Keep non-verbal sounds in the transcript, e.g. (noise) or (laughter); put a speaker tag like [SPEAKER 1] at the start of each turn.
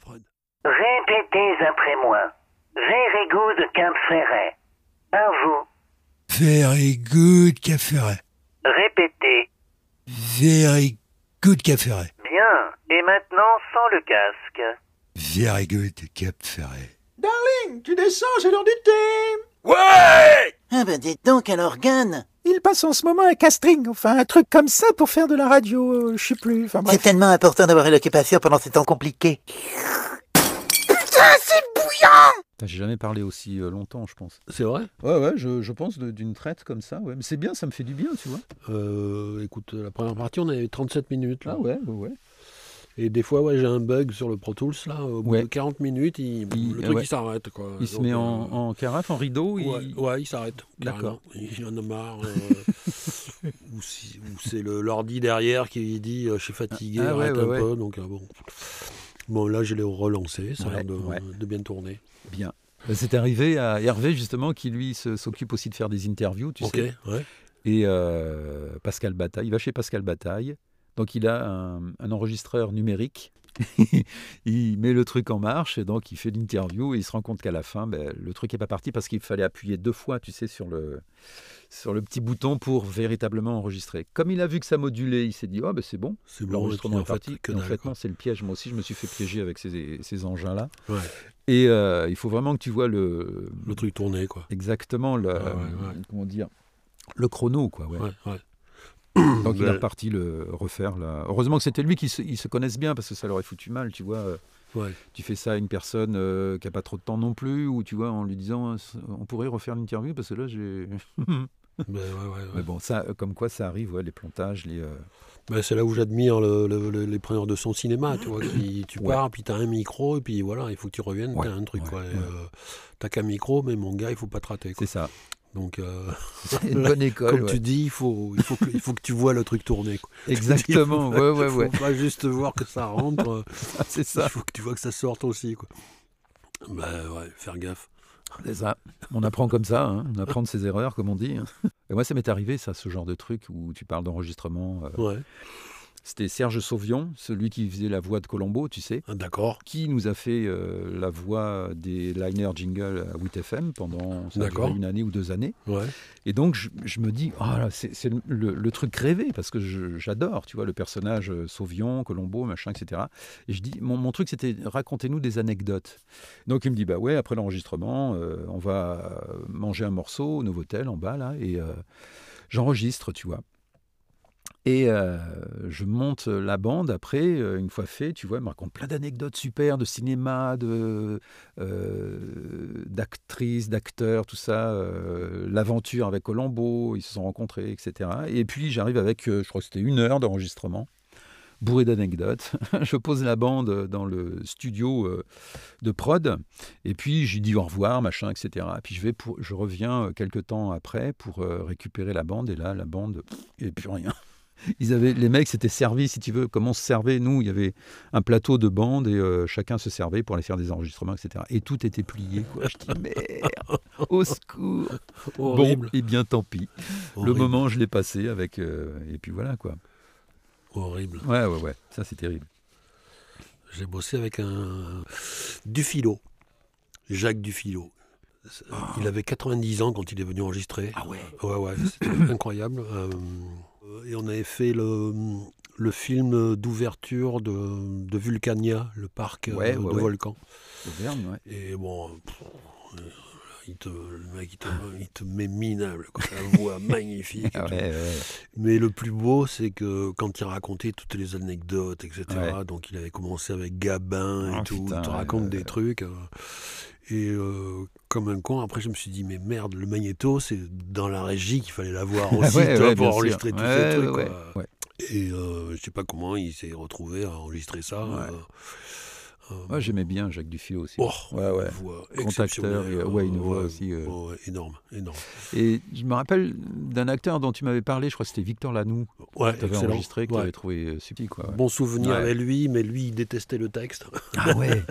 [SPEAKER 1] Fred.
[SPEAKER 2] Répétez après moi. Verrego de Quimperféret. À vous.
[SPEAKER 1] Very good Caféret.
[SPEAKER 2] Répétez.
[SPEAKER 1] Very good Caféret.
[SPEAKER 2] Bien. Et maintenant sans le casque.
[SPEAKER 1] Very good Caféret.
[SPEAKER 3] Darling, tu descends, c'est l'heure du thé
[SPEAKER 4] Ah ben dites donc à l'organe
[SPEAKER 3] Il passe en ce moment un casting, enfin un truc comme ça pour faire de la radio, euh, je sais plus, enfin
[SPEAKER 4] C'est
[SPEAKER 3] bref.
[SPEAKER 4] tellement important d'avoir une occupation pendant ces temps compliqués.
[SPEAKER 5] Putain, J'ai jamais parlé aussi euh, longtemps, je pense.
[SPEAKER 1] C'est vrai
[SPEAKER 5] Ouais, ouais, je, je pense de- d'une traite comme ça. Ouais. Mais c'est bien, ça me fait du bien, tu vois.
[SPEAKER 1] euh, Écoute, la première partie, on avait 37 minutes là.
[SPEAKER 5] Ah ouais, ouais, ouais.
[SPEAKER 1] Et des fois, ouais, j'ai un bug sur le Pro Tools là. Au bout
[SPEAKER 5] Ouais.
[SPEAKER 1] de 40 minutes, il,
[SPEAKER 5] Il- euh,
[SPEAKER 1] le truc
[SPEAKER 5] ouais.
[SPEAKER 1] il s'arrête quoi.
[SPEAKER 5] Il se
[SPEAKER 1] Donc,
[SPEAKER 5] met en,
[SPEAKER 1] euh,
[SPEAKER 5] en carafe, en rideau. il-
[SPEAKER 1] Ouais, ouais, il s'arrête.
[SPEAKER 5] D'accord.
[SPEAKER 1] carrément. Il en a marre.
[SPEAKER 5] (laughs)
[SPEAKER 1] euh, ou si- ou c'est le- l'ordi derrière qui dit euh, je suis fatigué,
[SPEAKER 5] Ah, ah ouais,
[SPEAKER 1] arrête un
[SPEAKER 5] ouais,
[SPEAKER 1] peu. Donc, ah, bon. bon, là, je l'ai relancé. Ça a l'air
[SPEAKER 5] Ouais,
[SPEAKER 1] de,
[SPEAKER 5] ouais.
[SPEAKER 1] de bien tourner.
[SPEAKER 5] Bien. Bah, C'est arrivé à Hervé, justement, qui lui se- s'occupe aussi de faire des interviews, tu
[SPEAKER 1] ok,
[SPEAKER 5] sais.
[SPEAKER 1] ouais.
[SPEAKER 5] Et euh, Pascal Bataille, il va chez Pascal Bataille. Donc il a un, un enregistreur numérique. (laughs) il met le truc en marche et donc il fait l'interview et il se rend compte qu'à la fin, ben, le truc n'est pas parti parce qu'il fallait appuyer deux fois, tu sais, sur le, sur le petit bouton pour véritablement enregistrer. Comme il a vu que ça modulait, il s'est dit, oh ben c'est bon,
[SPEAKER 1] C'est bon,
[SPEAKER 5] l'enregistrement
[SPEAKER 1] et
[SPEAKER 5] est
[SPEAKER 1] puis,
[SPEAKER 5] parti.
[SPEAKER 1] que
[SPEAKER 5] Et en
[SPEAKER 1] dalle,
[SPEAKER 5] fait,
[SPEAKER 1] quoi.
[SPEAKER 5] non, c'est le piège. Moi aussi, je me suis fait piéger avec ces, ces engins-là.
[SPEAKER 1] Ouais.
[SPEAKER 5] Et euh, il faut vraiment que tu vois le,
[SPEAKER 1] Le truc tourné, quoi.
[SPEAKER 5] exactement le,
[SPEAKER 1] Ah ouais, ouais.
[SPEAKER 5] comment dire, le chrono, quoi. ouais.
[SPEAKER 1] Ouais, ouais. Ben,
[SPEAKER 5] Donc il
[SPEAKER 1] Mais-
[SPEAKER 5] est reparti le refaire. Là. Heureusement que c'était lui qui se, ils se connaissent bien parce que ça leur aurait foutu mal, tu vois. Euh,
[SPEAKER 1] Ouais.
[SPEAKER 5] Tu fais ça à une personne euh, qui a pas trop de temps non plus, ou tu vois, en lui disant, euh, on pourrait refaire l'interview parce que là j'ai.
[SPEAKER 1] Mais ben, ouais, ouais, ouais.
[SPEAKER 5] Mais bon, ça, euh, comme quoi ça arrive, ouais, les plantages, les. euh,
[SPEAKER 1] Ben, c'est là où j'admire le- le- le- les preneurs de son cinéma, tu vois,
[SPEAKER 5] (coughs)
[SPEAKER 1] qui, tu
[SPEAKER 5] Ouais.
[SPEAKER 1] pars, puis t'as un micro, et puis voilà, il faut que tu reviennes,
[SPEAKER 5] Ouais,
[SPEAKER 1] t'as un truc,
[SPEAKER 5] ouais,
[SPEAKER 1] quoi. Et,
[SPEAKER 5] ouais.
[SPEAKER 1] euh, t'as qu'un micro, mais mon gars, il faut pas te rater,
[SPEAKER 5] C'est
[SPEAKER 1] quoi.
[SPEAKER 5] ça.
[SPEAKER 1] Donc, euh,
[SPEAKER 5] C'est une bonne école.
[SPEAKER 1] comme
[SPEAKER 5] ouais.
[SPEAKER 1] tu dis, il faut, il, faut que, il faut que tu vois le truc tourner, quoi.
[SPEAKER 5] (laughs)
[SPEAKER 1] (laughs)
[SPEAKER 5] Exactement. Ouais, ouais, ouais.
[SPEAKER 1] Faut pas juste voir que ça rentre, euh,
[SPEAKER 5] (laughs) C'est
[SPEAKER 1] il
[SPEAKER 5] ça.
[SPEAKER 1] faut que tu vois que ça sorte aussi, quoi. Ben ouais, faire gaffe.
[SPEAKER 5] C'est ça. On apprend comme ça, hein. on apprend de ses erreurs, comme on dit. hein. Et moi, ça m'est arrivé, ça, ce genre de truc où tu parles d'enregistrement. euh,
[SPEAKER 1] Ouais,
[SPEAKER 5] C'était Serge Sauvion, celui qui faisait la voix de Colombo, tu sais.
[SPEAKER 1] Ah, d'accord.
[SPEAKER 5] qui nous a fait euh, la voix des liners jingle à 8FM pendant ça a duré
[SPEAKER 1] D'accord.
[SPEAKER 5] une année ou deux années.
[SPEAKER 1] Ouais,
[SPEAKER 5] Et donc, je, je me dis, ah là, c'est c'est le, le- le truc rêvé, parce que je- j'adore, tu vois, le personnage euh, Sauvion, Colombo, machin, etc. Et je dis, mon, mon truc, c'était racontez-nous des anecdotes. Donc, il me dit, bah ouais, après l'enregistrement, euh, on va euh, manger un morceau au Novotel, en bas, là, et euh, j'enregistre, tu vois. Et euh, je monte la bande après, euh, une fois fait, tu vois, il me raconte plein d'anecdotes super de cinéma, de, euh, d'actrices, d'acteurs, tout ça, euh, l'aventure avec Colombo, ils se sont rencontrés, etc. Et puis j'arrive avec, euh, je crois que c'était une heure d'enregistrement, bourré d'anecdotes. (laughs) je pose la bande dans le studio euh, de prod, et puis j'y dis au revoir, machin, etc. Et puis je, vais pour, je reviens euh, quelques temps après pour euh, récupérer la bande, et là, la bande, pff, il n'y avait plus rien. (laughs) Ils avaient, les mecs s'étaient servis, si tu veux, comment on se servait. Nous, il y avait un plateau de bande et euh, chacun se servait pour aller faire des enregistrements, etc. Et tout était plié. Quoi. Je dis, merde, au
[SPEAKER 1] (laughs)
[SPEAKER 5] secours.
[SPEAKER 1] horrible.
[SPEAKER 5] Bon, eh bien, tant pis. Le
[SPEAKER 1] horrible,
[SPEAKER 5] moment, je l'ai passé avec. euh, et puis voilà, quoi.
[SPEAKER 1] Horrible.
[SPEAKER 5] Ouais, ouais, ouais. Ça, c'est terrible.
[SPEAKER 1] J'ai bossé avec un Dufilo, Jacques Dufilo. C'est- Il avait 90 ans quand il est venu enregistrer. Ah ouais Ouais, ouais, c'était (coughs) incroyable. Euh, et on avait fait le, le film d'ouverture de, de Vulcania, le parc euh,
[SPEAKER 5] Ouais, ouais,
[SPEAKER 1] de
[SPEAKER 5] ouais.
[SPEAKER 1] volcans.
[SPEAKER 5] Auvergne, ouais.
[SPEAKER 1] Et bon, pff, euh, il te, le mec, il te, il te met minable, quoi. la voix magnifique. et
[SPEAKER 5] Ah (laughs)
[SPEAKER 1] tout.
[SPEAKER 5] ouais, ouais.
[SPEAKER 1] Mais le plus beau, c'est que quand il racontait toutes les anecdotes, etc.,
[SPEAKER 5] Ouais.
[SPEAKER 1] donc il avait commencé avec Gabin et
[SPEAKER 5] Ah,
[SPEAKER 1] tout,
[SPEAKER 5] putain,
[SPEAKER 1] il te
[SPEAKER 5] ouais,
[SPEAKER 1] raconte
[SPEAKER 5] ouais,
[SPEAKER 1] des
[SPEAKER 5] ouais.
[SPEAKER 1] trucs. euh, et euh, comme un con, après je me suis dit, mais merde, le magnéto, c'est dans la régie qu'il fallait l'avoir aussi
[SPEAKER 5] (laughs) Ah Ouais,
[SPEAKER 1] tu
[SPEAKER 5] ouais,
[SPEAKER 1] vois, hein, pour
[SPEAKER 5] bien sûr.
[SPEAKER 1] enregistrer tous
[SPEAKER 5] Ouais,
[SPEAKER 1] ces trucs.
[SPEAKER 5] ouais,
[SPEAKER 1] quoi.
[SPEAKER 5] ouais.
[SPEAKER 1] Et euh, je sais pas comment il s'est retrouvé à enregistrer ça.
[SPEAKER 5] Ouais.
[SPEAKER 1] euh, euh,
[SPEAKER 5] Moi, j'aimais bien Jacques Dufio aussi.
[SPEAKER 1] oh,
[SPEAKER 5] ouais, ouais.
[SPEAKER 1] une voix
[SPEAKER 5] Grand
[SPEAKER 1] exceptionnelle,
[SPEAKER 5] acteur et, ouais, une
[SPEAKER 1] euh,
[SPEAKER 5] voix
[SPEAKER 1] ouais,
[SPEAKER 5] aussi, euh.
[SPEAKER 1] ouais, ouais, énorme, énorme.
[SPEAKER 5] Et je me rappelle d'un acteur dont tu m'avais parlé, je crois que c'était Victor Lanoux,
[SPEAKER 1] Ouais,
[SPEAKER 5] que tu avais
[SPEAKER 1] excellent,
[SPEAKER 5] enregistré, que
[SPEAKER 1] ouais.
[SPEAKER 5] tu avais trouvé euh, subtil, quoi. ouais.
[SPEAKER 1] Bon souvenir
[SPEAKER 5] Ouais.
[SPEAKER 1] avec lui, mais lui, il détestait le texte.
[SPEAKER 5] Ah ouais